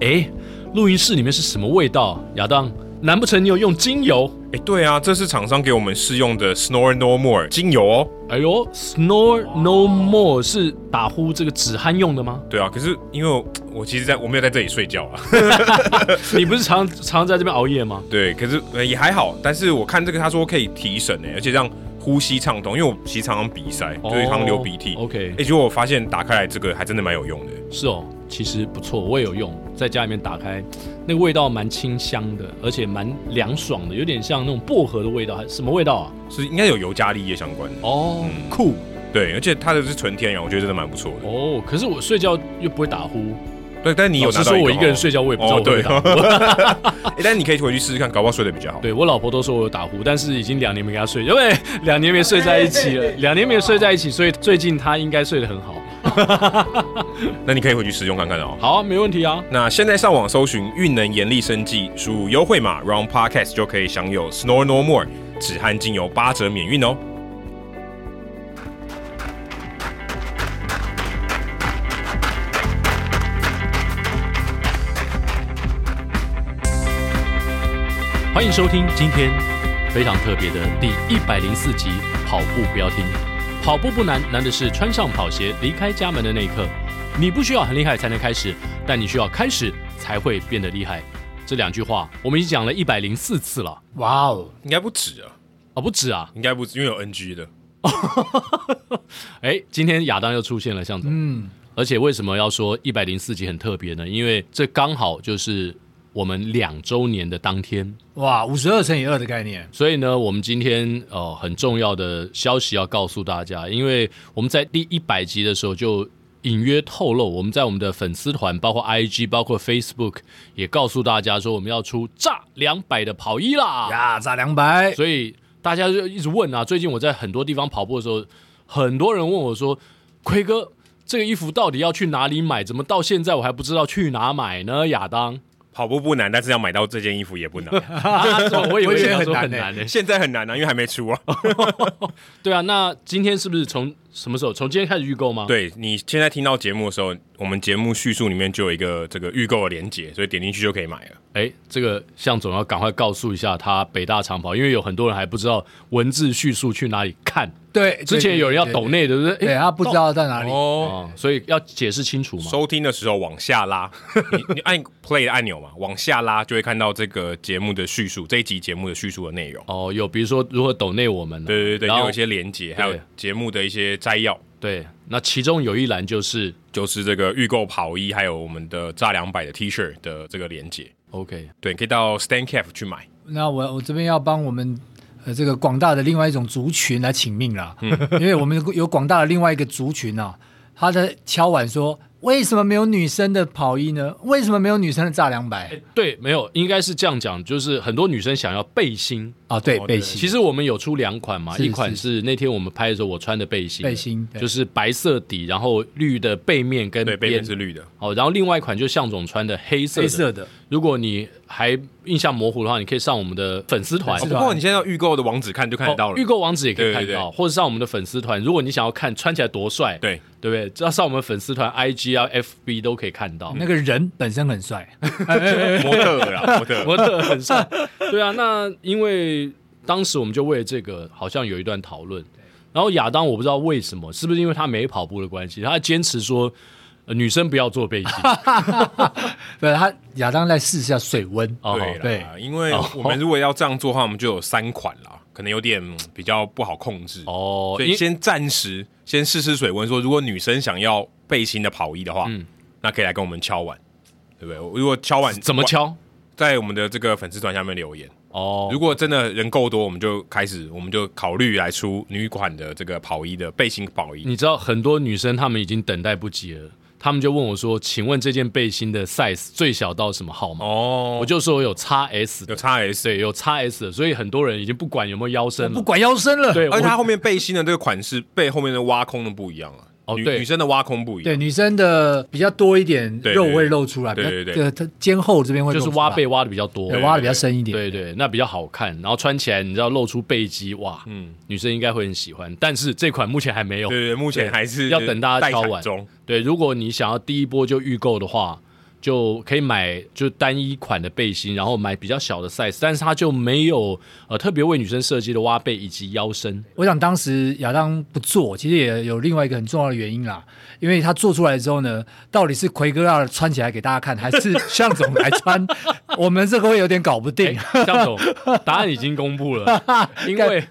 哎，录音室里面是什么味道？亚当，难不成你有用精油？哎，对啊，这是厂商给我们试用的 Snore No More 精油哦。哎呦，Snore No More 是打呼这个止鼾用的 吗？对啊，可是因为我我其实在我没有在这里睡觉啊， 你不是常常在这边熬夜吗？对，可是呃也还好。但是我看这个，他说可以提神欸诶、而且让呼吸畅通，因为我其实常常鼻塞，就是常常流鼻涕。哦 OK，哎、结果我发现打开来这个还真的蛮有用的。是哦，其实不错，我也有用，在家里面打开，那个味道蛮清香的，而且蛮凉爽的，有点像那种薄荷的味道，还什么味道啊？是应该有尤加利叶相关的，哦，酷对，而且它的是纯天然，我觉得真的蛮不错的。哦，可是我睡觉又不会打呼，对，但你有老拿实到说，一我个一个人睡觉我也不知道哦我会不会打呼。 哦对欸但你可以回去试试看，搞不好睡得比较好。对我老婆都说我有打呼，但是已经两年没跟她睡，因为 两年没睡在一起了，两年没睡在一起，所以最近她应该睡得很好。那你可以回去试用看看哦。好啊，没问题啊。那现在上网搜寻“运能严厉生技”，输入优惠码 “round podcast” 就可以享有 “snore no more” 止鼾精油八折免运哦。欢迎收听今天非常特别的第一百零四集《跑步不要停》。跑步不难，难的是穿上跑鞋离开家门的那一刻。你不需要很厉害才能开始，但你需要开始才会变得厉害。这两句话我们已经讲了一百零四次了啊、哇哦，应该不止啊，不止啊！应该不止，因为有 NG 的。哎，今天亚当又出现了，向总。嗯，而且为什么要说一百零四集很特别呢？因为这刚好就是我们两周年的当天，哇，五十二乘以二的概念，所以呢，我们今天呃很重要的消息要告诉大家，因为我们在第一百集的时候就。隐约透露，我们在我们的粉丝团，包括 IG，包括 Facebook，也告诉大家说，我们要出炸两百的跑衣啦。呀，砸两百，啊所以大家就一直问啊。最近我在很多地方跑步的时候，很多人问我说：“奎哥，这个衣服到底要去哪里买？怎么到现在我还不知道去哪买呢？”亚当，跑步不难，但是要买到这件衣服也不 难。啊、这我以我为以为亚当说很很难难呢、现在很难啊，因为还没出啊。对啊，那今天是不是从什么时候？从今天开始预购吗？，对你现在听到节目的时候，我们节目叙述里面就有一个这个预购的链接，所以点进去就可以买了。哎，这个向总要赶快告诉一下他北大长跑，因为有很多人还不知道文字叙述去哪里看。对，之前有人要抖那，内，对不对？对啊哎他不知道在哪里，哦，哦，所以要解释清楚嘛。收听的时候往下拉，你你按 play 的按钮嘛，往下拉就会看到这个节目的叙述，这一集节目的叙述的内容。哦，有比如说如何抖内我们呢？对对对，然也后有一些连接，还有对节目的一些摘要，对，那其中有一栏就是就是这个预购跑衣，还有我们的炸两百的 T 恤的这个连接。 OK，对，你可以到 Stan Cafe 去买。那我我这边要帮我们呃这个广大的另外一种族群来请命啦，嗯 因为我们有广大的另外一个族群啊，他在敲碗说，为什么没有女生的跑衣呢？为什么没有女生的炸两百？对，没有，应该是这样讲，就是很多女生想要背心，啊，对，哦背对心，其实我们有出两款嘛，是一款是那天我们拍的时候我穿的背心，背心对就是白色底，然后绿的背面跟对，背面边是，绿的。好，然后另外一款就是向总穿的黑色的。黑色的，如果你还印象模糊的话，你可以上我们的粉丝团。哦粉不丝团过你现在到预购的网址看就看得到哦了。预购网址也可以对看到，对或者上我们的粉丝团。如果你想要看穿起来多帅， 对，对不对？只要上我们粉丝团 IG 啊、FB 都可以看到。那个人本身很帅， 哎模特儿 啦，模特儿。模特很帅。对啊，那因为当时我们就为了这个，好像有一段讨论。然后亚当，我不知道为什么，是不是因为他没跑步的关系，他坚持说、呃女生不要做背 心。不是他亚当在试一下水温，哦对啦，对因为哦我们如果要这样做的话，我们就有三款啦，可能有点嗯比较不好控制。哦，所以因先暂时先试试水温，说如果女生想要背心的跑衣的话，嗯那可以来跟我们敲碗，对不对？如果敲碗怎么，敲？在我们的这个粉丝团下面留言。哦如果真的人够多，我们就开始，我们就考虑来出女款的这个跑衣的背心跑衣。你知道很多女生她们已经等待不及了，她们就问我说：“请问这件背心的 size 最小到什么号码？”哦，我就说有 XS 有的，叉 S，对，有 XS 的，所以很多人已经不管有没有腰身不了。管腰身了，对，而且它我后面背心的这个款式被后面的挖空的不一样啊。哦女对女生的挖空不一对，样。女生的比较多一点，对肉会露出来，对对比对较呃它肩后这边会露就是出挖来背，挖的比较多，对，挖的比较深一点。对对，那比较好看，然后穿起来你知道露出背肌，哇，嗯，女生应该会很喜欢。但是这款目前还没有。对对对，目前还是要等大家待敲产完中。 对如果你想要第一波就预购的话，就可以买就单一款的背心，然后买比较小的 size，但是它就没有呃特别为女生设计的挖背以及腰身。我想当时亚当不做，其实也有另外一个很重要的原因啦，因为他做出来之后呢，到底是奎哥要穿起来给大家看，还是向总来 穿，我们这个会有点搞不定。哎，向总，答案已经公布了，因为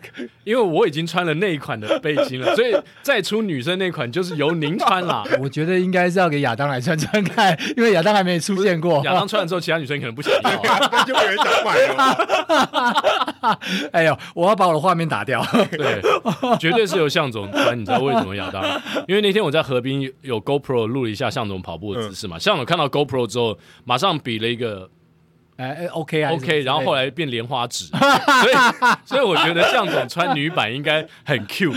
因为我已经穿了那一款的背心了，所以再出女生那款就是由您穿啦。我觉得应该是要给亚当来穿穿看，因为亚当还没出现过。 亚当穿了之后，其他女生可能不想要、啊。那就有人想买了。哎呦，我要把我的画面打 掉。对，绝对是由向总穿。你知道为什么亚当？因为那天我在河滨有有 GoPro 录了一下向总跑步的姿势嘛。向总看到 GoPro 之后，马上比了一个哎哎，OK 啊 OK，然后后来来变莲花指。所以，所以我觉得向总穿女版应该很 Q。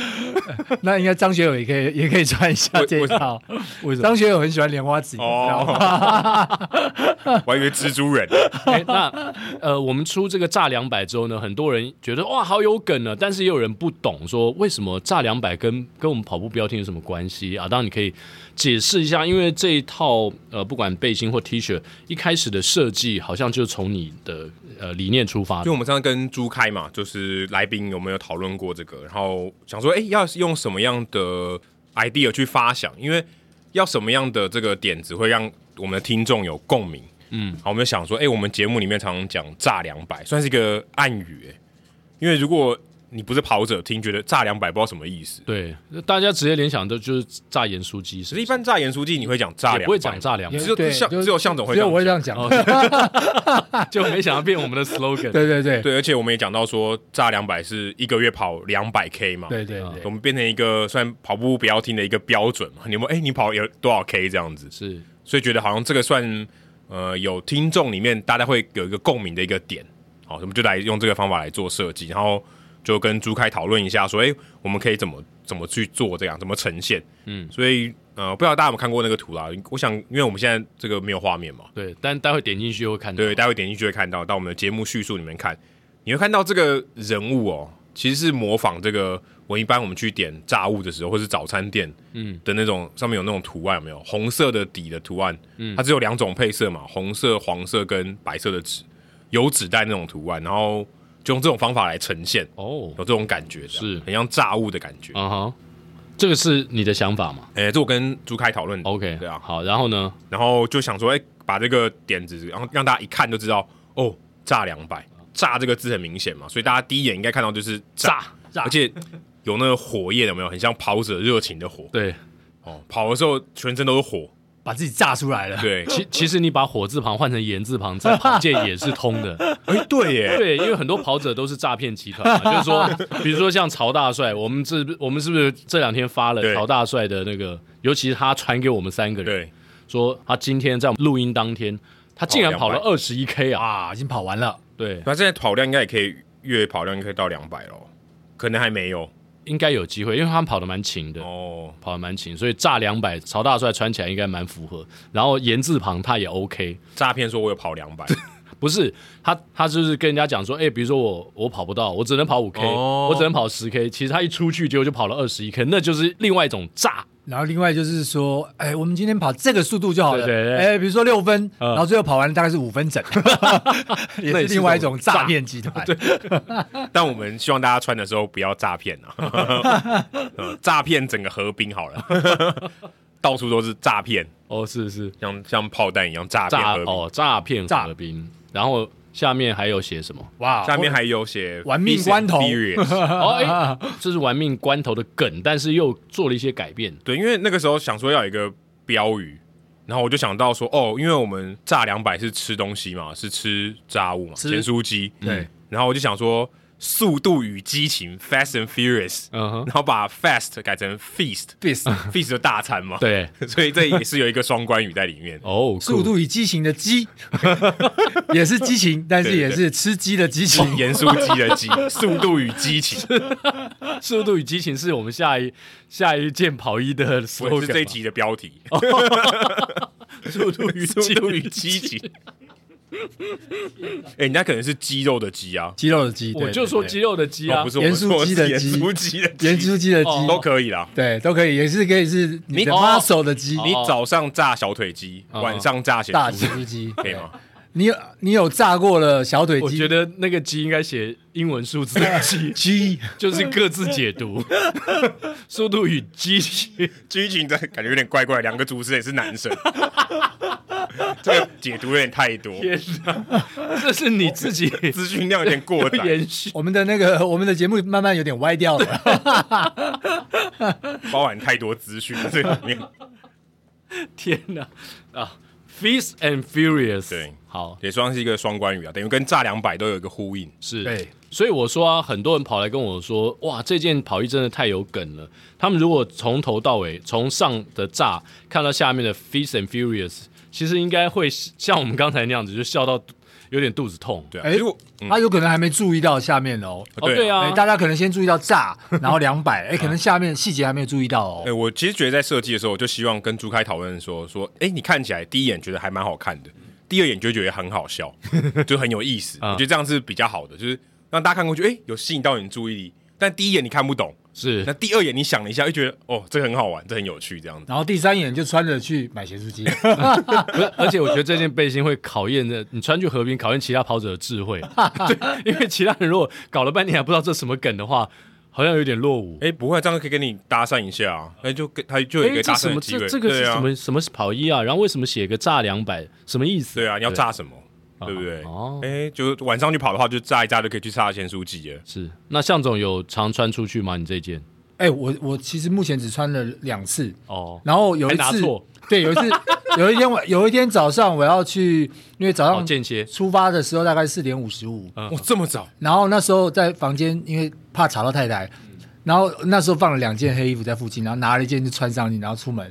那应该张学友也可以也可以穿一下为这一套。为什么？张学友很喜欢莲花指，你知道吗？哦，我还以为蜘蛛人。哎，那呃，我们出这个炸两百之后呢，很多人觉得哇，好有梗呢，啊但是也有人不懂，说为什么炸两百跟跟我们跑步标听有什么关系啊？当然你可以解释一下，因为这一套呃，不管背心或 T 恤，一开始的设计好像就是从你的呃理念出发就的。我们上次跟朱开嘛，就是来宾有没有讨论过这个？然后想说，哎、要用什么样的 idea 去发想？因为要什么样的这个点子会让我们的听众有共鸣？嗯，好，我们就想说，哎、我们节目里面常常讲“炸两百”，算是一个暗语、哎，因为如果你不是跑者听，觉得“炸两百”不知道什么意思。对，大家直接联想的就是炸盐酥鸡，只是是一般炸盐酥鸡你会讲“炸也两百”，不会讲炸两百只，有对向就是只有向总会这只有样我会这讲样讲。就没想到变我们的 slogan。对对对对，而且我们也讲到说“炸两百”是一个月跑两百 K 嘛，对对我对，们变成一个算跑步不要听的一个标准嘛？你有没有？哎、你跑有多少 K 这样子？是所以觉得好像这个算呃有听众里面大家会有一个共鸣的一个点。好，我们就来用这个方法来做设计，然后就跟朱开讨论一下，说，哎、我们可以怎么怎么去做这样，怎么呈现？嗯，所以呃，不知道大家有没有看过那个图啦？我想，因为我们现在这个没有画面嘛，对，但待会点进去会看到。对，待会点进去会看到，到我们的节目叙述里面看，你会看到这个人物哦，其实是模仿这个我一般我们去点炸物的时候，或是早餐店，嗯的那种上面有那种图案，有没有红色的底的图案？嗯，它只有两种配色嘛，红色、黄色跟白色的纸，有纸袋那种图案，然后就用这种方法来呈现，哦有，这种感觉，这样是很像炸物的感觉。嗯哼，这个是你的想法嘛哎、这我跟朱开讨论的？OK，对啊，好，然后呢？然后就想说，哎、把这个点子，然后让大家一看就知道，哦，炸两百，炸这个字很明显嘛，所以大家第一眼应该看到就是炸，炸而且有那个火焰，有没有？很像跑者热情的火对，哦，跑的时候全身都是火，把自己炸出来了。对，其其实你把火字旁换成言字旁，在跑界也是通 的。哎、对耶，对，因为很多跑者都是诈骗集团 嘛，就是说，比如说像曹大帅，我们这我们是不是这两天发了对曹大帅的那个，尤其是他传给我们三个人，对，说他今天在我们录音当天，他竟然哦跑了二十一 K 啊！啊，已经跑完了，对，那现在跑量应该也可以，月跑量应该可以到两百咯，可能还没有应该有机会，因为他们跑的蛮勤的。哦，跑的蛮勤，所以炸两百，曹大帅穿起来应该蛮符合。然后言字旁他也 OK，诈骗说我有跑两百，不是他，他就是跟人家讲说，哎、比如说我我跑不到，我只能跑五 K，、哦我只能跑十 K。其实他一出去，结果就跑了二十一 K，那就是另外一种炸。然后另外就是说，哎，我们今天跑这个速度就好了。对对对哎，比如说六分，嗯然后最后跑完大概是五分整，也那也是是另外一种种炸诈骗集团。但我们希望大家穿的时候不要诈骗啊，呃诈骗整个河滨好了， 到处都是诈骗。哦，是是像像炮弹一样炸遍炸和平。哦，诈骗炸河滨。然后下面还有写什 么？哇，下面还有写玩命关头 Furious Furious 哦，哎，这是玩命关头的梗，但是又做了一些改变。对，因为那个时候想说要有一个标语，然后我就想到说，哦，因为我们炸两百是吃东西嘛，是吃炸物嘛，吃咸酥鸡。嗯对，然后我就想说，速度与激情 Fast and Furious，嗯哼，然后把 Fast 改成 Feast，Feast 必死就大餐嘛。，对， 所以这也是有一个双关语在里面。哦，速度与激情的激，也是激情，但是对哦也对是吃鸡的激情。盐酥鸡的鸡，速度与激情，酷，速度与激情是我们下一下一件跑衣的我是 slogan 这一嘛集的标题。速度与 速度与激情。哎、人家可能是肌肉的肌啊， 肌肉的肌，我就说肌肉的肌哦啊不，是我盐说酥鸡的是盐鸡酥鸡的盐酥鸡的鸡，都可以啦。对，都可以，也是可以是你你的 muscle 的肌，你早上炸小腿肌，哦晚上炸咸大酥鸡，肌 酥鸡，可以吗？你有你有炸过了小腿我肌？，觉得那个鸡应该写英文数字 的鸡鸡就是各自解读。速度与激情，剧情的感觉有点怪怪，两个主持人也是 男生，这个解读有点太多，天哪，这是你自己，资讯量有点过载 延续。我们的那个 我们的节目慢慢有点歪掉了。包含太多资讯在里 面。天哪啊，Fast and Furious，对好也算是一个双关语啊，等于跟炸两百都有一个呼应。是，对，所以我说啊，很多人跑来跟我说，哇，这件跑衣真的太有梗了。他们如果从头到尾，从上的炸看到下面的 Fast and Furious，其实应该会像我们刚才那样子，就笑到有点肚子痛。对啊，哎其实我、嗯他有可能还没注意到下面哦。哦，对啊哎，，大家可能先注意 到炸，然后两百，哎，可能下面细节还没有注意到哎、哦。我其实觉得在设计的时候，我就希望跟朱开讨论说说，哎、你看起来第一眼觉得还蛮好看的，第二眼就觉得很 好笑，就很有意思。啊我觉得这样是比较好的，就是让大家看过去，哎、有吸引到你的注意力。但第一眼你看不懂，是那第二眼你想了一下，就觉得哦，这很好玩，这很有趣，这样子。然后第三眼就穿着去买咸 酥鸡，不是，而且我觉得这件背心会考验的，你穿去河边考验其他跑者的智慧。对，因为其他人如果搞了半天还不知道这什么梗的话，好像有点落伍。哎、不会，这样可以跟你搭讪一下啊，那、就跟他就有一哎，个这搭什么？讪的机这会。这个是对啊什么？什么是跑衣啊？然后为什么写个炸两百？什么意思？对啊，你要炸什么？对不对？哦哎、就晚上去跑的话，就炸一炸就可以去炸咸酥鸡了。是。那向总有常穿出去吗？你这件？哎，我我其实目前只穿了两次，哦，然后有一还拿次错， 对，有一次，有一天我有一天早上我要去，因为早哦，上间歇。出发的时候大概四点五十五，嗯哇、这么早？然后那时候在房间，因为怕吵到太太，嗯然后那时候放了两件黑衣服在附近，然后拿了一件就穿上去，然后出门，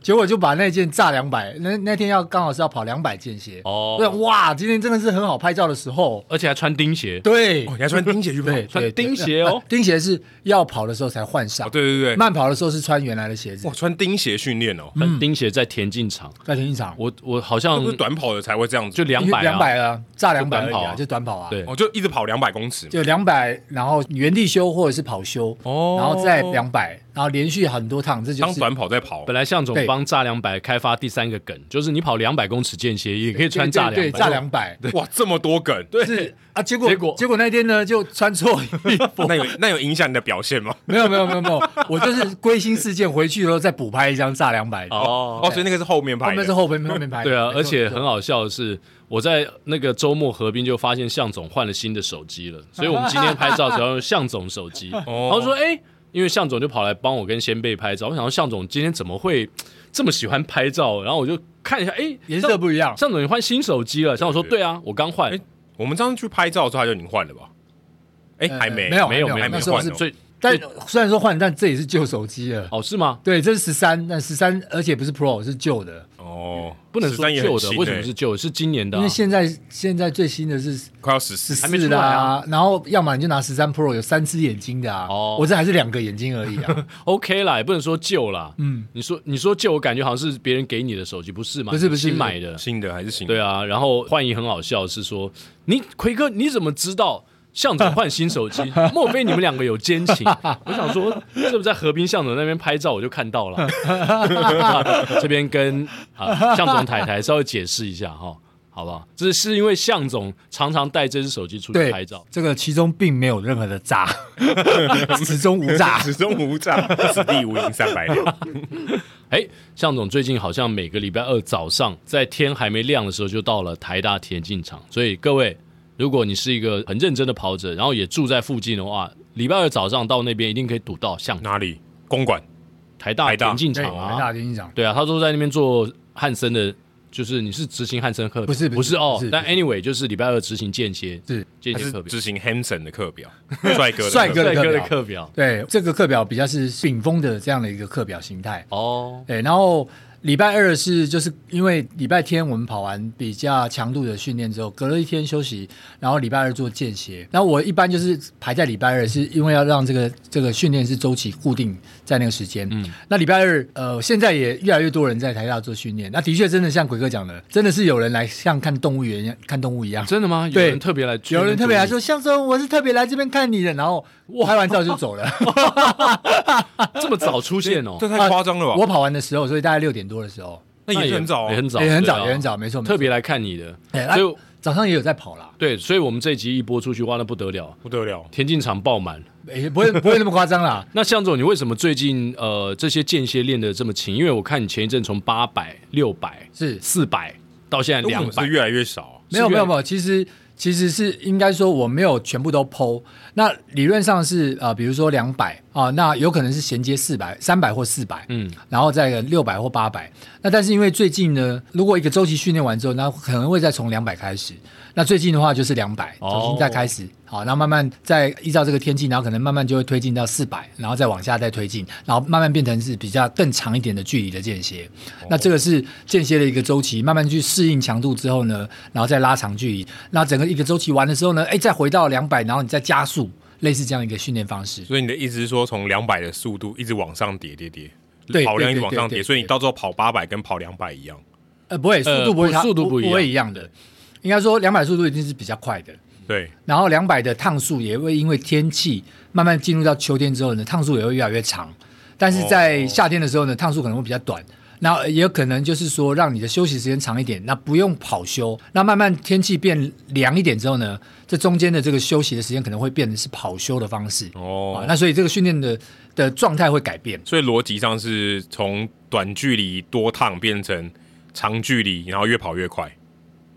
结果就把那件炸两百，那那天要刚好是要跑两百间歇，哦对，哇，今天真的是很好拍照的时候，而且还穿钉鞋。对哦，，你还穿钉鞋去跑？对，穿对钉鞋哦呃 钉鞋是要跑的时候才换上，哦，对对 对，慢跑的时候是穿原来的鞋子哇，，穿钉鞋训练哦，穿钉鞋在田径场，在田径场，我我好像不是短跑的才会这样子，就两百两百啊，炸两百就短而已跑啊啊，就短跑啊，对哦，就一直跑两百公尺嘛。就两百，然后原地修或者是跑修，哦然后再两百，然后连续很多趟，这就当是短跑在跑本，来向总对帮炸两百开发第三个梗，就是你跑两百公尺间歇也可以穿炸两对对对炸百。两百，哇，这么多梗，对，是啊，结果结果那天呢就穿错 衣服，那有那有影响你的表现吗？没有没有没有没有，我就是归心似箭，回去以后再补拍一张炸两百，后哦哦，所以那个是后面拍面是的，后边后面拍的，对啊，没错而且很好笑的是，我在那个周末河滨就发现向总换了新的手机 了，所以我们今天拍照只要用向总手机。然哦后说，哎、因为向总就跑来帮我跟先辈拍照，我想说向总今天怎么会这么喜欢拍照？然后我就看一下，哎、颜色不一样，向总你换新手机了？向总说，对啊，我刚换哎，我们上次去拍照的时候他就已经换了吧？哎，呃还没，没有没有没没有没有，那有时候换是哦所以但虽然说换，但这也是旧手机了。哦是吗？对，这是十三，但十三而且不是 Pro，是旧的，哦，不能说13也很旧的新，为什么欸是旧的？是今年的、因啊为。现在现在最新的是快要十十四？还没出四来的啊，然后要么你就拿十三 Pro 有三只眼睛的啊，哦我这还是两个眼睛而已啊， OK 啦，也不能说旧啦。嗯，你说你说旧，我感觉好像是别人给你的手机，不是吗？不是不是新买的。新的还是新的？对啊，然后幻影很好笑，是说你奎哥你怎么知道向总换新手机？莫非你们两个有奸情？ 我想说，这不是在河滨向总那边拍照我就看到了。 这边跟啊向总太太稍微解释一下哈，好不好？这是因为向总常常带这只手机出去对拍照，，这个其中并没有任何的 渣，始终无渣 ，始终无诈，此地无银三百两。哎，向总最近好像每个礼拜二早上，在天还没亮的时候就到了台大田径场，所以各位，如果你是一个很认真的跑者，然后也住在附近的话，礼拜二早上到那边一定可以堵到向哪里？公馆台大台大田径哎对，场我们啊，大厅长，对啊，他都在那边做汉森的，就是你是执行汉森课表，不是不不是是哦不，是但 anyway 就是礼拜二执行间歇是间还歇是课表，执行 Hanson 的课表，帅哥的课表帅哥帅的课表哥的课表对，这个课表比较是顶峰的这样的一个课表形态，哦，对，然后礼拜二是就是因为礼拜天我们跑完比较强度的训练之后，隔了一天休息，然后礼拜二做间歇。然后我一般就是排在礼拜二，是因为要让这个这个训练是周期固定在那个时间。嗯，那礼拜二呃，现在也越来越多人在台大做训练。那的确真的像鬼哥讲的，真的是有人来像看动物园一样看动物一样。真的吗？有对人特别来追有踪你，人特别来说，向总，我是特别来这边看你的，然后拍完照就走了。这么早出现哦，这太夸张了吧？ 我跑完的时候，所以大概六点多的时候，那也是很早、也啊很，早，也很早，对啊也很早，没错，没错特别来看你的，嗯哎啊所以早上也有在跑啦，对，所以我们这一集一播出去，哇，那不得了，不得了。田径场爆满。。也不会不会那么夸张啦 那向总，你为什么最近呃这些间歇练得这么勤？因为我看你前一阵从八百、六百、是四百到现在为什两么百是，越来越少啊、没有是没有没有，其实其实是应该说我没有全部都剖。那理论上是呃，比如说两百啊，那有可能是衔接四百、三百或四百，嗯，然后再六百或八百。那但是因为最近呢，如果一个周期训练完之后，那可能会再从两百开始。那最近的话就是两百，哦重新再开始。好，然后慢慢再依照这个天气，然后可能慢慢就会推进到四百，然后再往下再推进，然后慢慢变成是比较更长一点的距离的间歇。那这个是间歇的一个周期，慢慢去适应强度之后呢，然后再拉长距离。那整个一个周期完的时候呢，哎，再回到两百，然后你再加速，类似这样一个训练方式。所以你的意思是说，从两百的速度一直往上叠叠叠，对跑量一直对对往上对叠，对所以你到最后跑八百跟跑两百一样。呃，不会，速呃度不会不差，速度不一样会一样的。应该说，两百速度一定是比较快的，对，然后两百的趟数也会因为天气慢慢进入到秋天之后呢，趟数也会越来越长。但是在哦夏天的时候呢，趟数可能会比较短，那也有可能就是说让你的休息时间长一点，那不用跑休。那慢慢天气变凉一点之后呢，这中间的这个休息的时间可能会变成是跑休的方式。哦啊，那所以这个训练的的状态会改变。所以逻辑上是从短距离多趟变成长距离，然后越跑越快。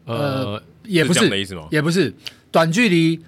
呃，也不是是这样的意思吗也不是短距离，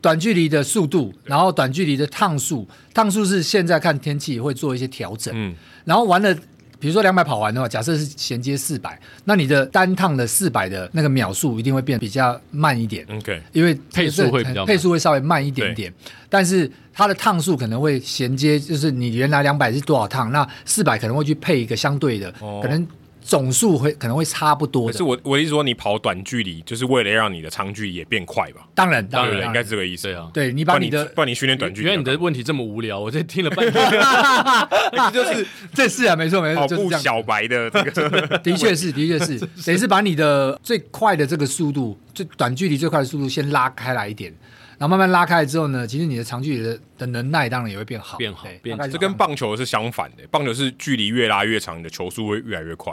短距离的速度，然后短距离的趟数，趟数是现在看天气会做一些调整，嗯，然后完了。比如说两百跑完的话，假设是衔接四百，那你的单趟的四百的那个秒数一定会变比较慢一点， OK，因为嗯配速会比较慢配速会稍微慢一点点，但是它的趟数可能会衔接，就是你原来两百是多少趟，那四百可能会去配一个相对的，哦可能总数会可能会差不多可的是。我我的意思说，你跑短距离就是为了让你的长距离也变快吧？当然，对当不对？然，当应然该是这个意思。对啊对你不把然你你的不然你训练短距离啊原来要你干嘛，的问题这么无聊，我这听了半 天。就是这是啊，没错哦没错，跑就是步这样，小白的这个 的 确是的确是，等于是把你的最快的这个速度，最短距离最快的速度先拉开来一点，然后慢慢拉开来之后呢，其实你的长距离的的能耐当然也会变好，变好对变大概这是跟棒球是相反的，棒球是距离越拉越长，你的球速会越来越快，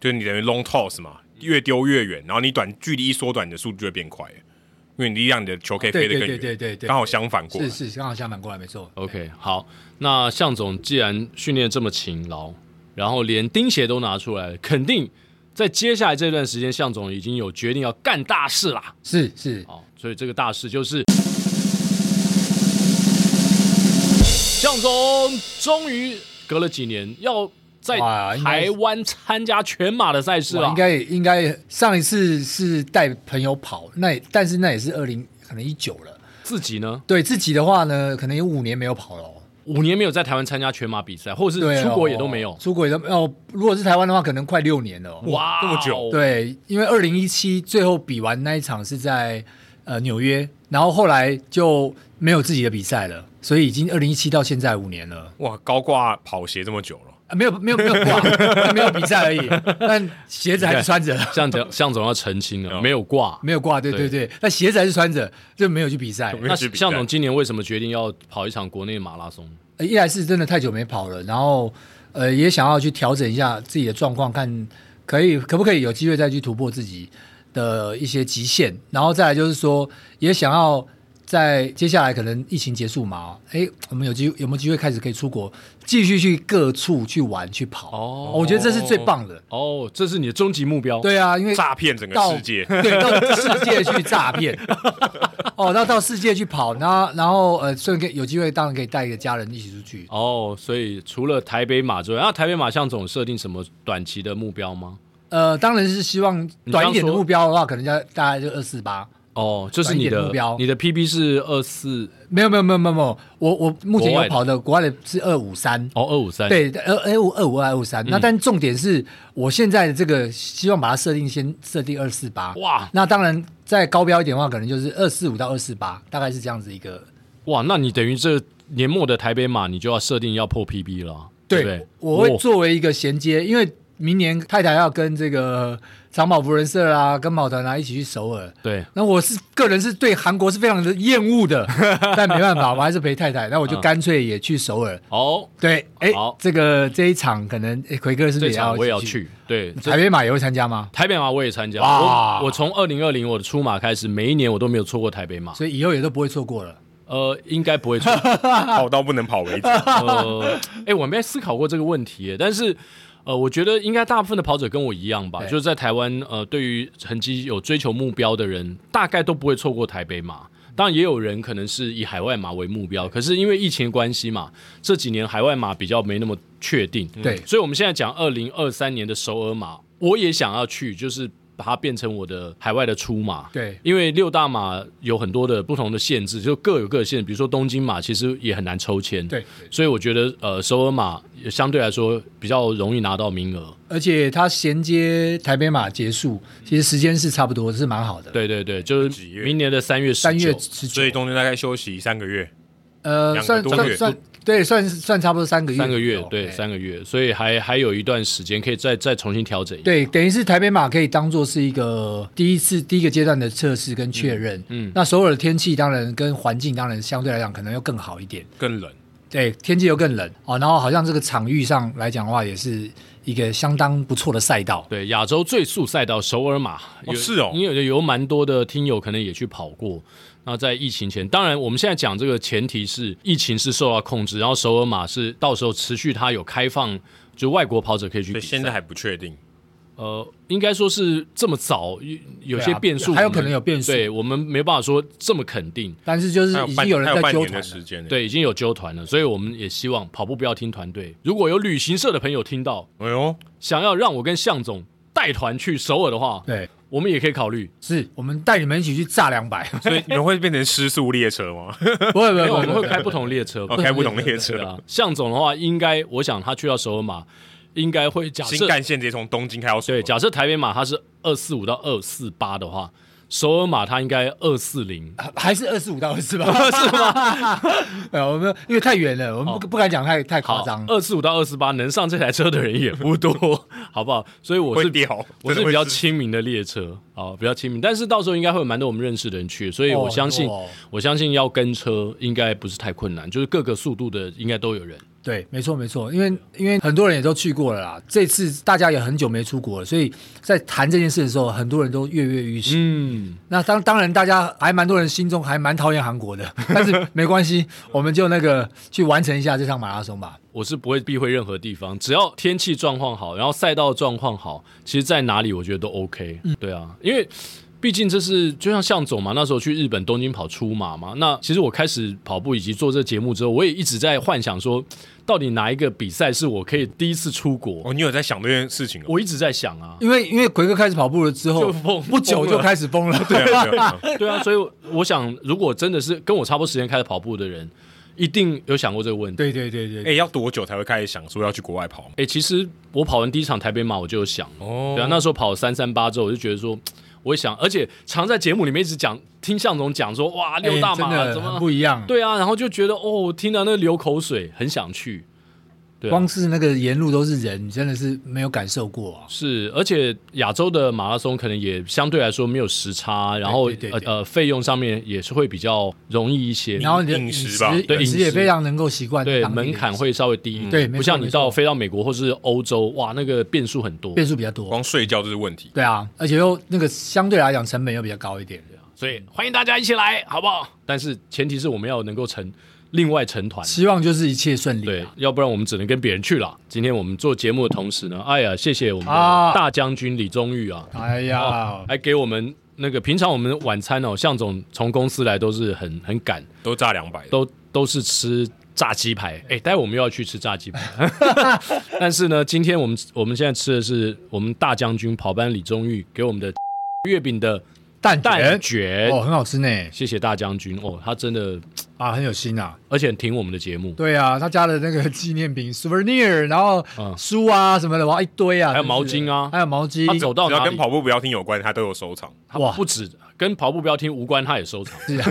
就是你等于 long toss 嘛，越丢越远，然后你短距离一缩短，你的速度就会变快，因为你让你的球可以飞得更远。对对对对对对刚好相反过来。是是刚好相反过来，没错， OK，好，那向总既然训练这么勤劳，然后连钉鞋都拿出来了，肯定在接下来这段时间，向总已经有决定要干大事啦。是是好，哦所以这个大事就是向总终于隔了几年要在哇应该台湾参加全马的赛事哇了应。该也应该上一次是带朋友跑，那也但是那也是二零可能一九了，自己呢，对自己的话呢，可能有五年没有跑了哦。五年没有在台湾参加全马比赛，或者对是哦，出国也都没有。出国也都哦。如果是台湾的话，可能快六年了哦。哇，这么久，对，因为二零一七最后比完那一场是在呃纽约，然后后来就没有自己的比赛了，所以已经二零一七到现在五年了，哇，高挂跑鞋这么久了，啊、没有没有没有 挂没有比赛而已，但鞋子还是穿着，向总向总要澄清了，哦没有挂，没有挂，对对对，但鞋子还是穿着，就没有去比赛。没那有去比赛向总今年为什么决定要跑一场国内马拉松？呃一来是真的太久没跑了，然后呃也想要去调整一下自己的状况，看可以可不可以有机会再去突破自己的一些极限，然后再来就是说也想要在接下来可能疫情结束嘛，哎，我们有机有没有机会开始可以出国，继续去各处去玩去跑？哦我觉得这是最棒的。哦，这是你的终极目标。，对啊，因为诈骗整个到。世界对，到世界去诈骗，哦，那到世界去跑，然后然后呃，顺便有机会当然可以带一个家人一起出去，哦，所以除了台北马之外，那台北马向总有设定什么短期的目标吗？呃，当然是希望短一点的目标的话，可能要大概就二四八哦，就是你短一点的目标你的 PB 是二四没有没有没有没有没有，我我目前国外有的跑的国外的是二五三，哦嗯二五三，对，二二五二五二五三。那但重点是我现在的这个希望把它设定先设定二四八，哇那当然再高标一点的话，可能就是二四五到二四八，大概是这样子一个。哇，那你等于这年末的台北马，你就要设定要破 PB 了，对不对？我会哦作为一个衔接，因为明年太太要跟这个长跑福人社啊、跟跑团啊一起去首尔。对，那我是个人是对韩国是非常的厌 恶的，但没办法，我还是陪太太，那我就干脆也去首尔。哦，对，哎嗯好，这个这一场可能，哎，奎哥是不这是也场要我也要？去，对，这台北马也会参加吗？台北马我也参加，哇我我从二零二零我的出马开始，每一年我都没有错过台北马，所以以后也都不会错过了。呃，应该不会错。跑到不能跑 为止。呃，哎、我没思考过这个问题耶，但是呃，我觉得应该大部分的跑者跟我一样吧，对就是在台湾呃，对于成绩有追求目标的人，大概都不会错过台北马。当然，也有人可能是以海外马为目标，可是因为疫情关系嘛，这几年海外马比较没那么确定。对所以我们现在讲二零二三年的首尔马，我也想要去，就是把它变成我的海外的出马。对因为六大马有很多的不同的限制，就各有各的限制。比如说东京马其实也很难抽签，对，所以我觉得呃，首尔马也相对来说比较容易拿到名额。而且它衔接台北马结束，其实时间是差不多，是蛮好的。，对对对，就是几月明年的三月十三月九十所以九，中间大概休息三个月，呃，两个算多月算算，对，算算差不多三个月左三右，个月，对哎三个月，所以还还有一段时间可以再再重新调整一下。对，等于是台北马可以当做是一个第一次第一个阶段的测试跟确认。嗯，那首尔的天气当然跟环境当然相对来讲可能要更好一点，更冷。对，天气又更冷哦，然后好像这个场域上来讲的话，也是一个相当不错的赛道。对，亚洲最速赛道首尔马哦是哦因为有蛮多的听友可能也去跑过。那在疫情前，当然我们现在讲这个前提是疫情是受到控制，然后首尔马是到时候持续它有开放，就外国跑者可以去所比赛。以现在还不确定，呃，应该说是这么早，有有对啊些变数我们、还有可能有变数对我们没办法说这么肯定。但是就是还有已半经有人还有在半纠年团的了时间呢。对，已经有纠团了，所以我们也希望跑步不要听团队。如果有旅行社的朋友听到，哎呦，想要让我跟向总带团去首尔的话，对，我们也可以考虑。是我们带你们一起去炸两百，所以你们会变成失速列车吗？ 不会不没有，会，不我会们会开不同列车。哦，开不同列车对，啊，向总的话，应该我想他去到首尔马，应该会假新设干线直接从东京开到首对，尔。假设台北马它是二四五到二四八的话，首尔马它应该二四零。还是二十五到二十八，是 吗？呃，我们因为太远了，我们不不敢讲太太夸好张，。二四五到二四八能上这台车的人也不多， 好不好？所以我是会掉我真的是比会较失亲民的列车，好，比较亲民。但是到时候应该会有蛮多我们认识的人去，所以我哦相信，很多哦我相信要跟车应该不是太困难，就是各个速度的应该都有人。对，没错没错，因为因为很多人也都去过了啦，这次大家也很久没出国了，所以在谈这件事的时候，很多人都跃跃欲试。嗯，那当当然，大家还蛮多人心中还蛮讨厌韩国的，但是没 关系，我们就那个去完成一下这场马拉松吧。我是不会避讳任何地方，只要天气状况好，然后赛道状况好，其实在哪里我觉得都 OK。对啊，因为毕竟这是就像向总嘛，那时候去日本东京跑出马嘛。那其实我开始跑步以及做这节目之后，我也一直在幻想说，到底哪一个比赛是我可以第一次出国？哦，你有在想这件事情哦？我一直在想 啊，因为因为奎哥开始跑步了之后就疯，不久就开始疯了，对啊，对啊，对啊对啊，所以我想，如果真的是跟我差不多时间开始跑步的人，一定有想过这个问题。 对对对对哎，要多久才会开始想说要去国外跑？哎、其实我跑完第一场台北马，我就有想，哦对啊，那时候跑三三八之后，我就觉得说，我也想，而且常在节目里面一直讲，听向总讲说，哇，哎六大真马、的怎很么不一样。对啊，然后就觉得哦，听到那流口水，很想去。对啊光是那个沿路都是人，你真的是没有感受过啊。是，而且亚洲的马拉松可能也相对来说没有时差，然后对对对对呃呃费用上面也是会比较容易一些，然后你的饮饮食食吧对饮饮食也食非常能够习惯当地对的饮食，门槛会稍微低一点，嗯对没不错像你没错到飞到美国或是欧洲，哇，那个变数很多。变数比较多。光睡觉就是问题。对啊，而且又那个相对来讲成本又比较高一点。所以欢迎大家一起来，好不好？但是前提是我们要能够成另外成团，希望就是一切顺利对啊。，要不然我们只能跟别人去了。今天我们做节目的同时呢，哎呀，谢谢我们的啊大将军李宗玉啊，哎呀，还给我们那个平常我们晚餐哦，向总从公司来都是很很赶，都炸两百，都都是吃炸鸡排。哎，待会我们又要去吃炸 鸡排，但是呢，今天我 们我们现在吃的是我们大将军跑班李宗玉给我们的月饼的蛋蛋卷卷。哦，很好吃呢谢谢大将军哦，他真的，啊，很有心啊。而且听我们的节目，对啊，他家的那个纪念品 souvenir，然后嗯书啊什么的，哇，一堆啊，还有真是毛巾啊还有毛巾，他走到只要哪里跟，跑步不要听有关，他都有收藏。他哇不止跟跑步标听无关，他也收藏，是啊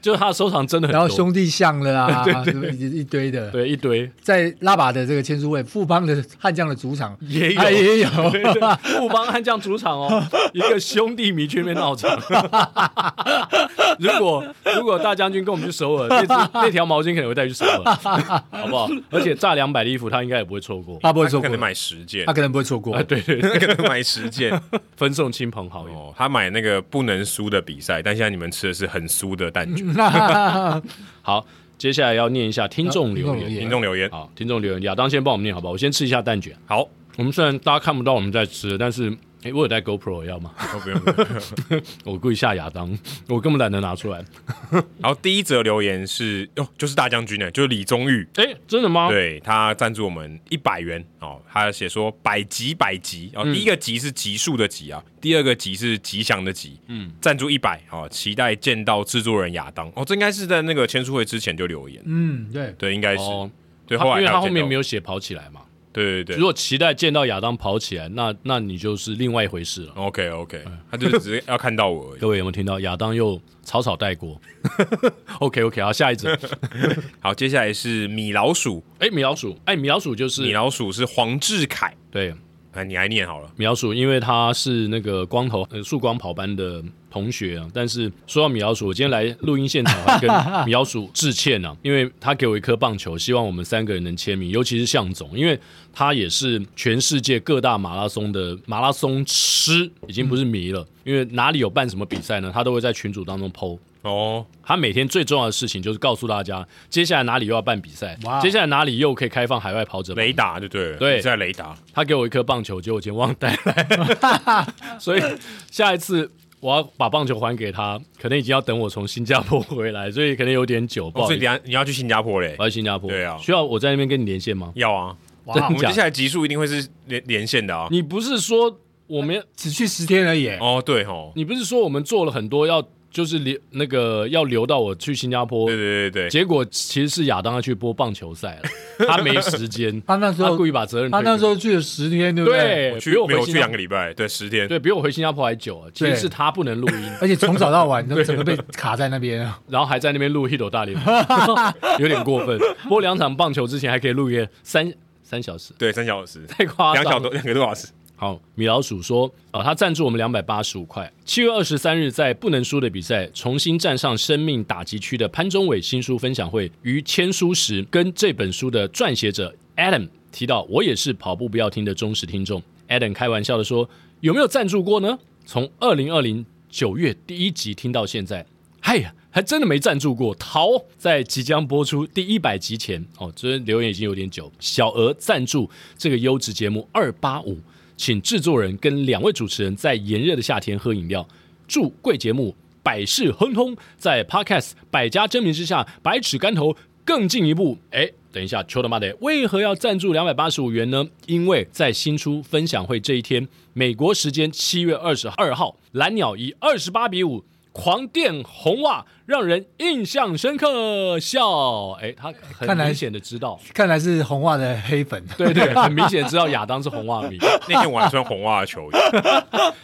就是他的收藏真的很然后多，兄弟像了 啊，什么一一堆的。对一堆 在拉瓦的这个签书会，富邦的悍将的主场也他也有，对对，富邦悍将主场 哦，一个兄弟迷去那边闹场。如果如果大将军跟我们去首尔，那只那条毛巾可能会带去首 尔，好不好？而且炸两百的衣服，他应该也不会错 过。他不会错可过能，买十件他，可能不会错 过啊，。对对， 对可能买十件。分送亲朋好友。哦，他买那个不能输的比赛，但现在你们吃的是很输的蛋嗯卷。好，接下来要念一下听众留啊听众留言。言听众留言，好，听众留言，亚当先帮我们念好不好？我先吃一下蛋卷。好，我们虽然大家看不到我们在吃，但是诶，我有带 GoPro 要吗？ 哦不用。不用我故意吓亚当，我根本懒得拿出来。然后第一则留言是，哦，就是大将军呢，就是李宗玉。诶，真的吗？对他赞助我们一百元哦，他写说百集百集哦，嗯第一个集是集数的集啊，第二个集是吉祥的吉，嗯，赞助一百哦，期待见到制作人亚当哦，这应该是在那个签书会之前就留言，嗯，对，对，应该是、哦，对，他后来因为他后面没有有写跑起来嘛。见到，对对如对果期待见到亚当跑起来，那那你就是另外一回事了。 ，OK OK，他哎就是只是要看到我而已。各位有没有听到亚当又草草带过 ？OK OK，好，下一则。好，接下来是米老鼠，诶，米老鼠，哎，米老鼠就米是老鼠是黄志凯，对啊，你来念好了，米老鼠，因为他是那个光头呃曙光跑班的同学啊。但是说到米老鼠，我今天来录音现场还跟米老鼠致歉啊，因为他给我一颗棒球，希望我们三个人能签名，尤其是向总，因为他也是全世界各大马拉松的马拉松痴，已经不是迷了，因为哪里有办什么比赛呢，他都会在群组当中 PO。哦，他每天最重要的事情就是告诉大家，接下来哪里又要办比赛哇，接下来哪里又可以开放海外跑者。雷达就对了，对在雷达，哦他给我一颗棒球，结果我今天忘带来， 所以下一次我要把棒球还给他，可能已经要等我从新加坡回来，所以可能有点久，不哦，好所意以思，哎等一下你要去新加坡嘞我，在新加坡，对啊需要我在那边跟你连线吗？要啊，哇真我的们假接的下来集数一定会是连连线的啊。你不是说我们，只去十天而已。哦，对吼，你不是说我们做了很多要就是留那个要留到我去新加坡对，对对对，结果其实是亚当要去播棒球赛 了，他没时间，他那时他候故，意把责任他推给那我时候去了十天，对不对？对，我比去我没回有新去加两个礼拜，对，十天。对比我回新加坡还久啊。其实对是他不能录音，而且从早到晚 都整个被卡在那边啊。然后还在那边录《h i t 大联盟》， 有点过分。播两场棒球之前还可以录一个三三小时，对，三小时，太夸两小张多，了。两个多 小时。好，米老鼠说啊、他赞助我们两百八十五块。七月二十三日，在不能输的比赛重新站上生命打击区的潘中伟新书分享会，于签书时跟这本书的撰写者 Adam 提到，我也是跑步不要听的忠实听众。Adam 开玩笑的说，有没有赞助过呢？从二零二零九月第一集听到现在，嗨呀，还真的没赞助过。逃在即将播出第一百集前，哦，这留言已经有点久，小额赞助这个优质节目二八五，请制作人跟两位主持人在炎热的夏天喝饮料，祝贵节目百事亨通，在 Podcast 百家争鸣之下，百尺竿头更进一步。哎，等一下，秋的妈的，为何要赞助两百八十五元呢？因为在新出分享会这一天，美国时间七月二十二号，蓝鸟以二十八比五。狂电红袜让人印象深刻，笑哎，他很看来明显的知道，看来是红袜的黑粉，对对，很明显知道亚当是红袜迷，那天我还穿红袜的球衣，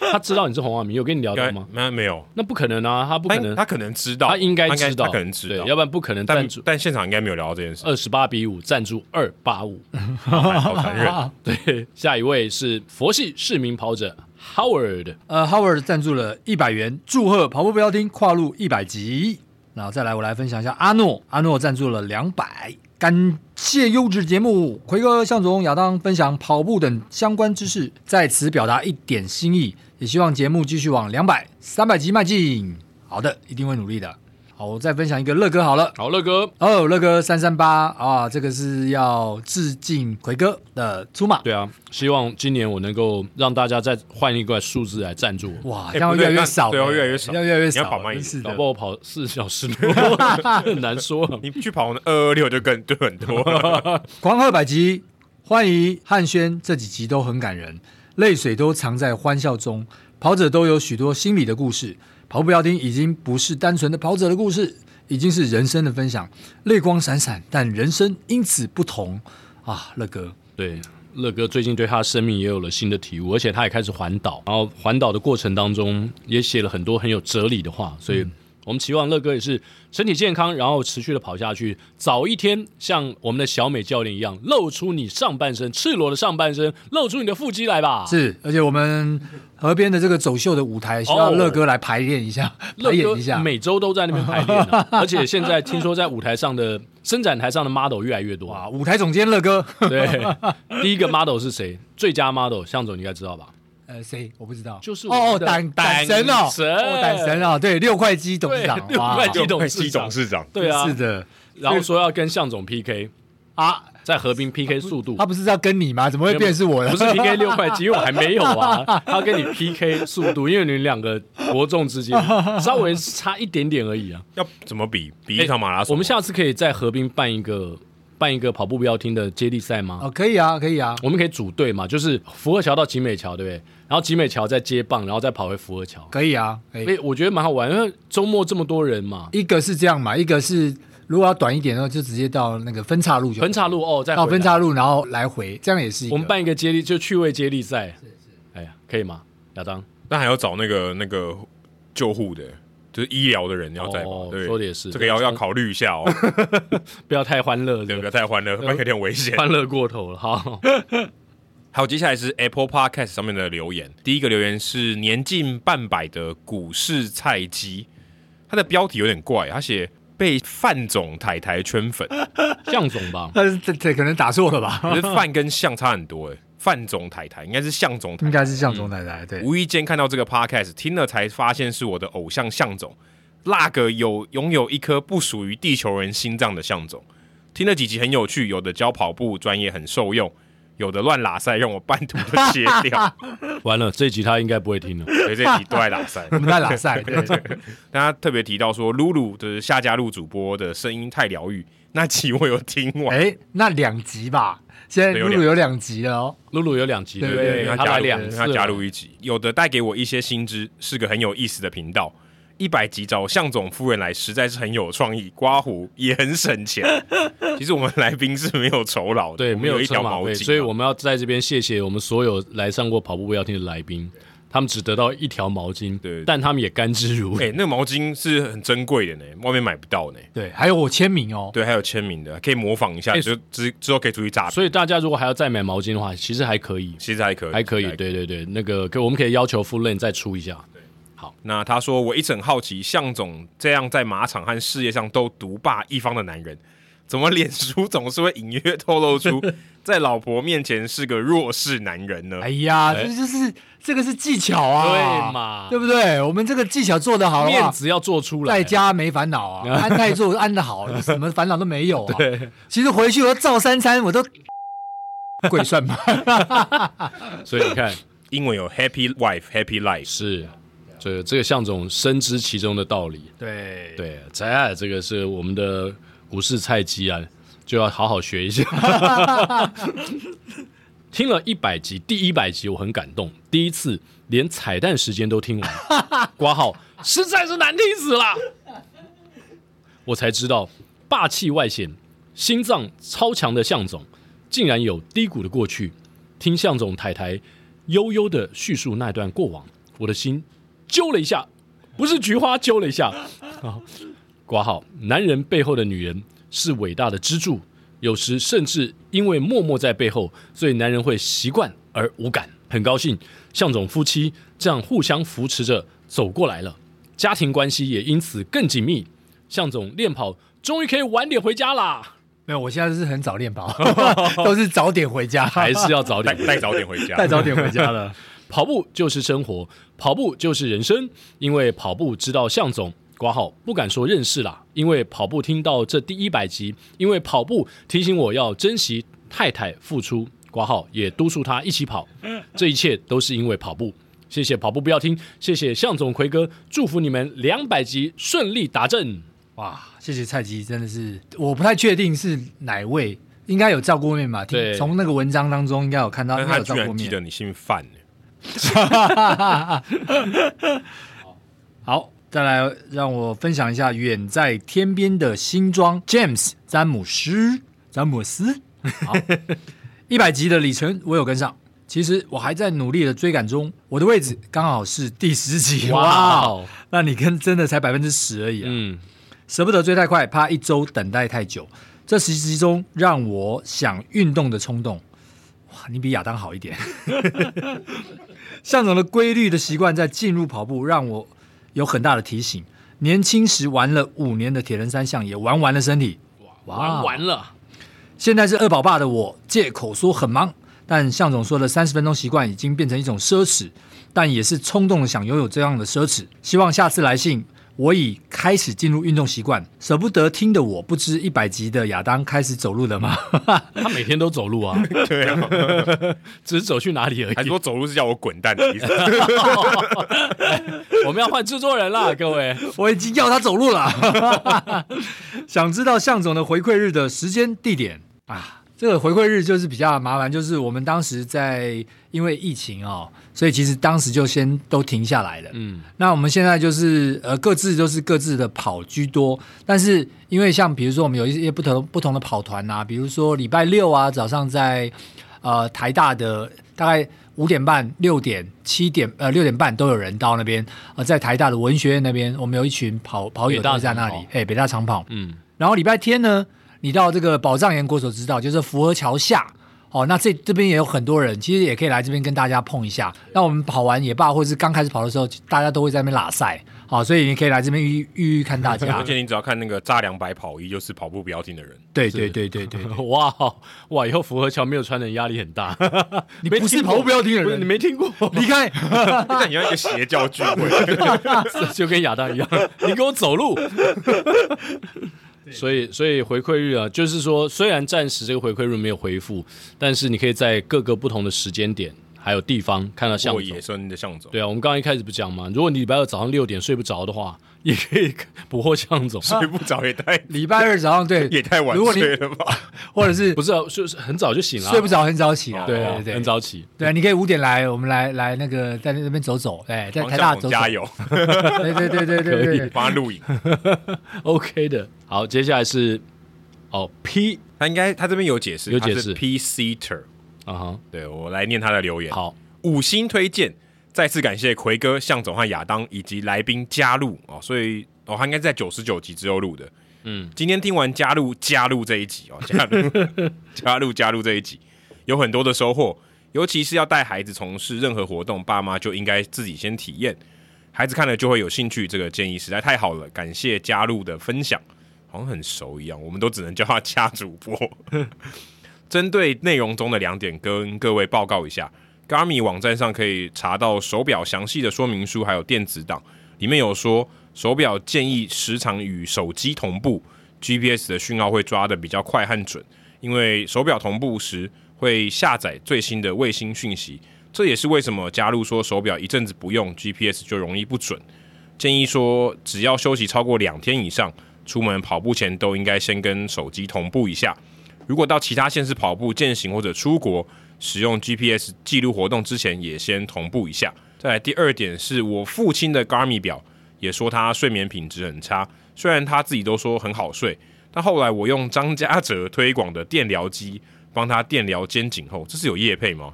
他知道你是红袜迷，有跟你聊应到该吗？那没有，那不可能啊，他不他可能，他可能知道，他应该知道，他可能知道对，要，不然不可能但赞助但现场应该没有聊到这件事，二十八比五赞助二八五。好残忍。 对，下一位是佛系市民跑者 Howard，呃，Howard 赞助了一百元，祝贺跑步不要听跨入一百集。然后再来，我来分享一下阿诺，阿诺赞助了两百，感谢优质节目，奎哥、向总、亚当分享跑步等相关知识，在此表达一点心意，也希望节目继续往两百、三百集迈进。好的，一定会努力的。好，我再分享一个乐哥好了。好乐哥，哦，乐哥三三八啊，这个是要致敬奎哥的出马。对啊，希望今年我能够让大家再换一个数字来赞助我。哇，哎这样不越对来越那少了，欸对啊越来越少要越来越少你要了，跑慢一点真是搞的不。好跑四小时多，很难说啊了。你去跑那二二六就更就很 多了，狂贺百集，欢迎汉轩这几集都很感人，泪水都藏在欢笑中。跑者都有许多心理的故事。跑步不要听已经不是单纯的跑者的故事，已经是人生的分享，泪光闪闪，但人生因此不同啊！乐哥，对，乐哥最近对他的生命也有了新的体悟，而且他也开始环岛，然后环岛的过程当中也写了很多很有哲理的话，所以嗯我们期望乐哥也是身体健康，然后持续的跑下去，早一天像我们的小美教练一样，露出你上半身赤裸的上半身，露出你的腹肌来吧。是，而且我们河边的这个走秀的舞台，需要哦乐哥来排练一下，乐排哥演一下。每周都在那边排练 啊、而且现在听说在舞台上的伸展台上的 model 越来越多啊。啊，舞台总监乐哥， 对，第一个 model 是谁？最佳 model，向总你应该知道吧？呃，谁我不知道，就是我哦们哦，的胆胆神哦，神哦胆神哦，对，六块肌董事长，对哇六块肌六董块事长肌董事长，对啊是，的然后说要跟向总 PK 啊，在河滨 PK 速度他，不是要跟你吗？怎么会变是我了？ 不是 PK 六块肌，因为我还没有啊，他跟你 PK 速度，因为你们两个伯仲之 间稍微差一点点而已啊。要怎么比？比一场马拉松吗？哎我们下次可以在河滨办一个办一个跑步不要听的接力赛吗？哦，可以啊，可以啊，我们可以组队嘛，就是福和桥到集美桥，对不对？然后集美桥再接棒，然后再跑回福和桥。可以啊，可所以。以我觉得蛮好玩，因为周末这么多人嘛，一个是这样嘛，一个是如果要短一点的话，就直接到那个分岔路就好分岔路哦，再回到来分岔路，然后来回，这样也是一个。我们办一个接力，就趣味接力赛。哎呀，可以吗？亚当，那还要找那个那个救护的，就是医疗的人要在吧？哦对，说得也是这个要要考虑一下哦，不要太欢乐，对对，不不对要？太欢乐，不然有点危险。欢乐过头了，好，还有接下来是 Apple Podcast 上面的留言，第一个留言是年近半百的股市菜鸡，他的标题有点怪，他写被范总太太圈粉， 向总吧，但是这这可能打错了吧？可是范跟向差很多哎、范总太太应该是向总太应太。该是向总奶奶对。无意间看到这个 podcast，听了才发现是我的偶像向总，那个有拥有一颗不属于地球人心脏的向总。听了几集很有趣，有的教跑步专业很受用，有的乱拉塞让我半途就切掉，完了这一集他应该不会听了。所以这集都在拉塞。 我们在拉赛，对，但他特别提到说，露露就是夏家路主播的声音太疗愈，那集我有听完，哎，那两集吧，现在露露有两集了哦，露露有两集，对对不对，因为他他加来入两次啊他了，加入一集，有的带给我一些新知，是个很有意思的频道。一百集找向总夫人来，实在是很有创意，刮胡也很省钱。其实我们来宾是没有酬劳的，对，我们没有一条车马毛费，巾啊，所以我们要在这边谢谢我们所有来上过跑步不要听的来宾，他们只得到一条毛巾，对但他们也甘之如饴 哎、。那个毛巾是很珍贵的呢，外面买不到呢。对，还有我签名哦，对，还有签名的，可以模仿一下，哎就之之后可以出去诈骗，所以大家如果还要再买毛巾的话，其实还可以，其实还可以，还可以，对对对，那个可我们可以要求富润再出一下。那他说：“我一直很好奇，向总这样在马场和事业上都独霸一方的男人，怎么脸书总是会隐约透露 出在老婆面前是个弱势男人呢哎呀，哎这就是这个是技巧啊，对嘛对不对？我们这个技巧做得好的面话，子要做出来，啊在家没烦恼啊，安泰做安得好，什么烦恼都没有啊。对，其实回去我照三餐我都 跪算盘，所以你看？”英文有 “happy wife, happy life”，是，这个这个向总深知其中的道理。对，对，咱啊，这个是我们的股市菜鸡啊，就要好好学一下。听了一百集，第一百集我很感动，第一次连彩蛋时间都听完，挂号实在是难听死了。我才知道，霸气外显、心脏超强的向总，竟然有低谷的过去。听向总太太悠悠的叙述那段过往，我的心揪了一下，不是菊花揪了一下，挂号，男人背后的女人是伟大的支柱，有时甚至因为默默在背后，所以男人会习惯而无感。很高兴，向总夫妻这样互相扶持着走过来了，家庭关系也因此更紧密。向总练跑终于可以晚点回家啦，没有，我现在是很早练跑，都是早点回家，还是要早带点回家带早点回家，太早点回家了。跑步就是生活，跑步就是人生。因为跑步知道向总挂号，不敢说认识啦，因为跑步听到这第一百集，因为跑步提醒我要珍惜太太付出挂号，也督促他一起跑。这一切都是因为跑步。谢谢跑步不要听，谢谢向总奎哥，祝福你们两百集顺利达阵。哇，谢谢蔡吉，真的是我不太确定是哪位，应该有照过面吧？听对从那个文章当中应该有看到，但他应该有居照过然记面得。你姓范呢，好，再来让我分享一下远在天边的新装 James 詹姆斯詹姆斯。好， 一百集的里程我有跟上，其实我还在努力的追赶中，我的位置刚好是第十集。哇哇哦，那你跟真的才百分之十而已啊！嗯，舍不得追太快，怕一周等待太久。这十集中让我想运动的冲动，哇，你比亚当好一点。向总的规律的习惯在进入跑步，让我有很大的提醒。年轻时玩了五年的铁人三项，也玩完了身体。玩完了，现在是二宝爸的我，借口说很忙，但向总说的三十分钟习惯已经变成一种奢侈，但也是冲动的想拥有这样的奢侈。希望下次来信，我已开始进入运动习惯，舍不得听的我，不知一百集的亚当开始走路了吗？ 他每天都走路啊，对啊，只是走去哪里而还已说。走路是叫我滚蛋 的意思。我们要换制作人啦，各位。我已经要他走路了。想知道向总的回馈日的时间、地点啊？这个回馈日就是比较麻烦，就是我们当时在因为疫情哦，所以其实当时就先都停下来了。嗯，那我们现在就是呃各自就是各自的跑居多，但是因为像比如说我们有一些不同不同的跑团啊，比如说礼拜六啊早上在呃台大的大概五点半、六点、七点呃六点半都有人到那边，呃在台大的文学院那边，我们有一群跑跑友北大都在那长里跑，哎北大长跑，嗯，然后礼拜天呢，你到这个宝藏岩国所知道，就是福和桥下。哦，那这这边也有很多人，其实也可以来这边跟大家碰一下。那我们跑完也罢，或者是刚开始跑的时候，大家都会在那边拉赛，好、所以你可以来这边遇遇遇看大家 而。且你只要看那个扎两百跑衣，就是跑步不要停的人。对对对对对，对 哇哇，以后符合桥没有穿的人压力很大。你没不是听过跑步不要听的不是你人，没听 过，离开。那你要一个邪教聚会，就跟亚当一 样，你给我走路。所以，所以回馈日啊，就是说，虽然暂时这个回馈日没有回复，但是你可以在各个不同的时间点还有地方看到向过总野。生的向总，对啊，我们刚刚一开始不讲嘛，如果你礼拜二早上六点睡不着的话， 也可以捕获向总。睡不着也太礼拜二早上对，也太晚如果你睡了吧？或者是不是、啊，就是很早就醒了啊、睡不着，很早起啊。对啊，对很对对，早起。对，你可以五点来，我们来来那个在那边走走，哎，在王台大向走总走。加油，对对对对对 对。帮他录影。 OK 的。好，接下来是哦 P 他应该他这边有解释，有解释 P Seater，啊哈，对我来念他的留言。好，五星推荐，再次感谢奎哥、向总和亚当以及来宾加入哦，所以哦，他应该在九十九集之后录的。嗯，今天听完加入加入这一集哦，加入加入加入这一集，有很多的收获，尤其是要带孩子从事任何活动，爸妈就应该自己先体验，孩子看了就会有兴趣。这个建议实在太好了，感谢加入的分享，好像很熟一样，我们都只能叫他加主播。针对内容中的两点，跟各位报告一下。Garmin 网站上可以查到手表详细的说明书，还有电子档，里面有说手表建议时常与手机同步，GPS 的讯号会抓的比较快和准，因为手表同步时会下载最新的卫星讯息。这也是为什么加入说手表一阵子不用 GPS 就容易不准。建议说，只要休息超过两天以上，出门跑步前都应该先跟手机同步一下。如果到其他县市跑步、践行或者出国，使用 GPS 记录活动之前，也先同步一下。再来第二点是我父亲的 Garmin 表，也说他睡眠品质很差，虽然他自己都说很好睡，但后来我用张家哲推广的电疗机帮他电疗肩颈后，这是有业配吗？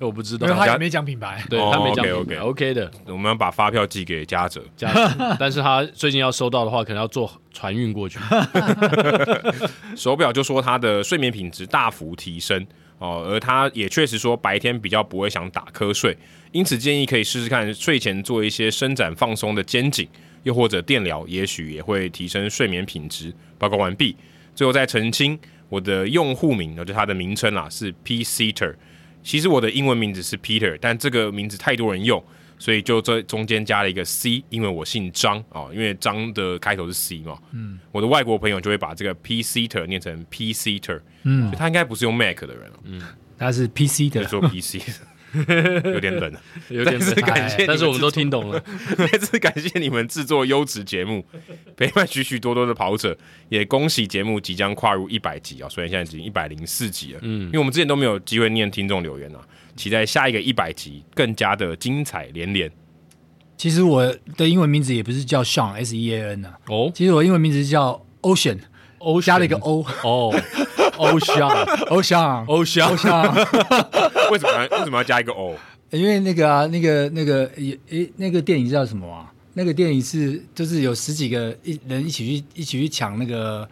我不知道因为，他也没讲品牌，对哦他没讲 OK，OK OK 的。我们要把发票寄给家哲。加 持但是他最近要收到的话，可能要坐船运过去。手表就说他的睡眠品质大幅提升哦，而他也确实说白天比较不会想打瞌睡，因此建议可以试试看睡前做一些伸展放松的肩颈，又或者电疗，也许也会提升睡眠品质。报告完毕。最后再澄清，我的用户名，就是它的名称啦，是 P Seater。其实我的英文名字是 Peter，但这个名字太多人用，所以就这中间加了一个 C，因为我姓张哦，因为张的开头是 C 嘛。嗯，我的外国朋友就会把这个 P Seater 念成 P Seater，嗯，所以他应该不是用 Mac 的人，嗯，他是 PC 的就。做 PC。 有点冷。啊有点但是感哎谢你但是我们们制都作听 懂了。 再次感谢你们制作优质节目，陪伴许许多多的跑者，也恭喜节目即将跨入一百集啊！虽然现在已经一百零四集了，嗯，因为我们之前都没有机会念听众留言啊，期待下一个一百集更加的精彩连连。其实我的英文名字也不是叫 Sean S E A N 啊，哦其实我英文名字叫 Ocean， ，Ocean 加了一个 O 哦，Ocean 哦 Ocean Ocean Ocean，为什么要为什么要加一个 O？因为那个啊，那个那个也诶，那个电影叫什么啊？那个电影是就是有十几个一人一起去一起去抢那个哦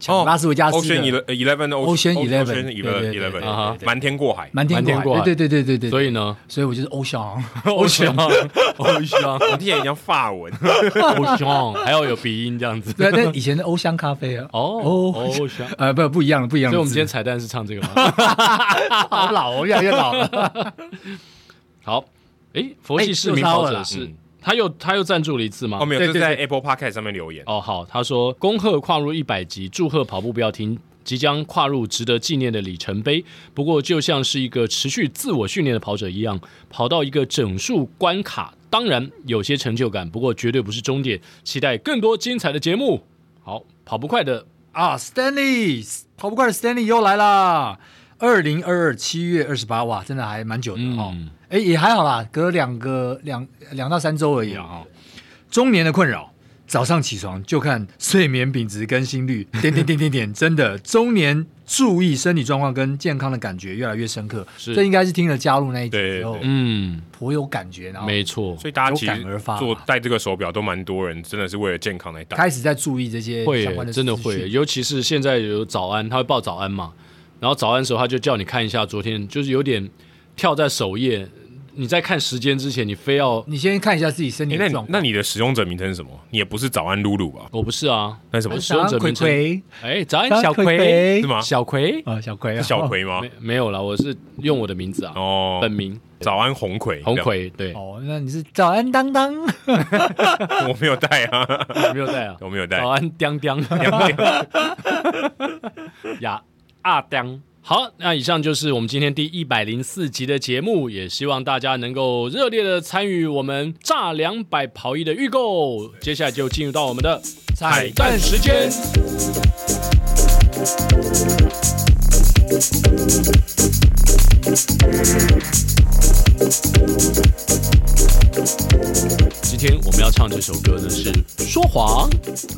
抢拉斯维加斯 Ocean 呃的 Eleven Ocean Eleven Eleven，对对对 Eleven 对对 Eleven 对啊哈对瞒天过海，瞒天瞒天过过海海，对对对对对对，所以呢所以我就是 Ocean， ，Ocean Ocean 我听起来很像法文。 Ocean，还要有鼻音这样子。 对，但以前的欧香咖啡啊，哦哦， ，Ocean。呃，不不一样了，不一样所以了。我们今天彩蛋是唱这个吗？好老哦，越来越老了。好，诶，佛系市民哎又是他跑了者啦是嗯，他又他又赞助了一次吗哦，？没有，对这是对在 Apple Podcast 上面留言。哦，好，他说恭贺跨入一百集，祝贺跑步不要停，即将跨入值得纪念的里程碑。不过，就像是一个持续自我训练的跑者一样，跑到一个整数关卡，当然有些成就感，不过绝对不是终点。期待更多精彩的节目。好，跑不快的啊，Stanley 跑不快的 Stanley 又来啦！二零二二七月二十八，哇，真的还蛮久的哦。嗯哎、也还好啦，隔两个两两到三周而已啊、哦。中年的困扰，早上起床就看睡眠品质更新率，点点点点点，真的中年注意身体状况跟健康的感觉越来越深刻。是这应该是听了加入那一集对之后对嗯，颇有感觉，然后没错，所以大家其有感而实发吧做戴这个手表都蛮多人，真的是为了健康来戴。开始在注意这些会相关的真的资会，讯尤其是现在有早安，他会报早安嘛，然后早安的时候他就叫你看一下昨天，就是有点跳在首页。你在看时间之前，你非要你先看一下自己身体诶的那状你那况。你的使用者名称是什么？你也不是早安露露吧？我不是啊，那是什么我使用者名称早安葵葵哎，早安早安小葵葵葵是吗哦小葵啊、小葵啊，是小葵吗？没没有啦，我是用我的名字啊，哦，本名早安红葵，红，葵，对，哦，那你是早安当当， 我没有戴 啊，我没有带啊，我没有戴早。安当当呀啊当。好，那以上就是我们今天第一百零四集的节目，也希望大家能够热烈的参与我们炸两百袍衣的预购。接下来就进入到我们的彩蛋时间。今天我们要唱这首歌呢是说谎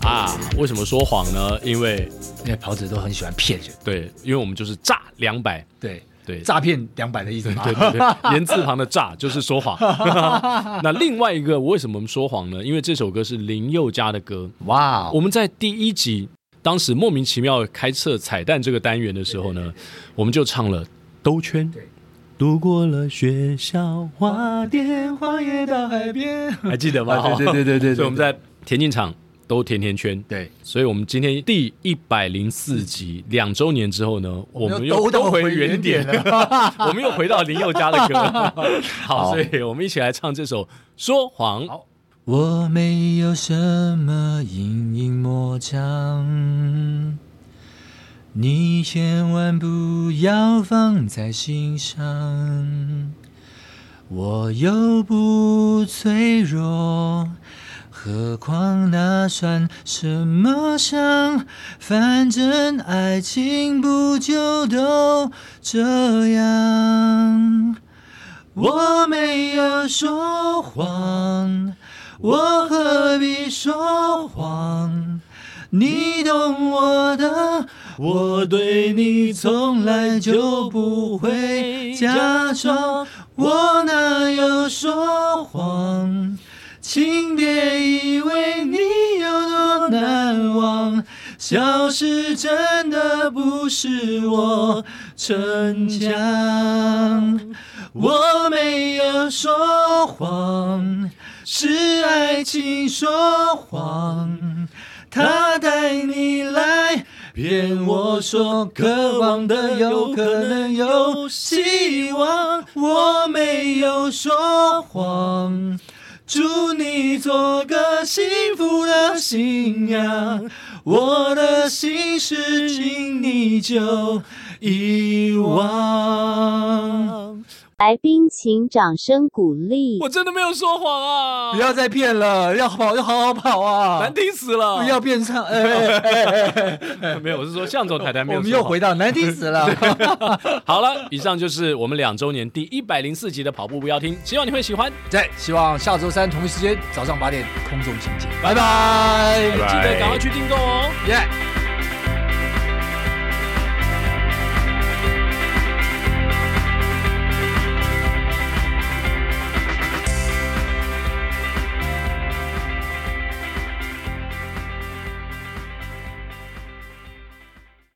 啊，为什么说谎呢？因为因为跑者都很喜欢骗人，对，因为我们就是炸两百，对对诈骗两百的意思嘛。对对 对，言字旁的诈 就是说谎。那另外一个为什么我们说谎呢？因为这首歌是林宥嘉的歌。哇我哦，们在第一集，当时莫名其妙开设彩蛋这个单元的时候呢，我们就唱了《兜圈》。路过了学校花店，荒野到海边，还记得吗？啊对对对对对对所以我们在田径场兜甜甜圈。对，所以，我们今天第一百零四集两周年之后呢，我们又兜兜回原原点了。了。 我们又回到林宥嘉 的歌，好，好所以我们一起来唱这首《说谎》。好我没有什么隐隐魔障，你千万不要放在心上。我又不脆弱，何况那算什么伤？反正爱情不就都这样？我没有说谎，我何必说谎？你懂我的，我对你从来就不会假装，我哪有说谎？请别以为你有多难忘，消失真的不是我逞强。我没有说谎，是爱情说谎，它带你来骗我说渴望的有可能有希望。我没有说谎。祝你做个幸福的新娘，我的心事，请你就遗忘。来宾请掌声鼓励。我真的没有说谎啊！不要再骗了，要跑要好好跑啊难！听死了！不要变唱， 哎哎哎哎哎哎没有，我是说向总太太没有。我们又回到难听死了。 好了，以上就是我们两周年第一百零四集的跑步不要听，希望你会喜欢。对，希望下周三同一时间早上八点空中相见，拜拜，拜记得赶快去订购哦。耶。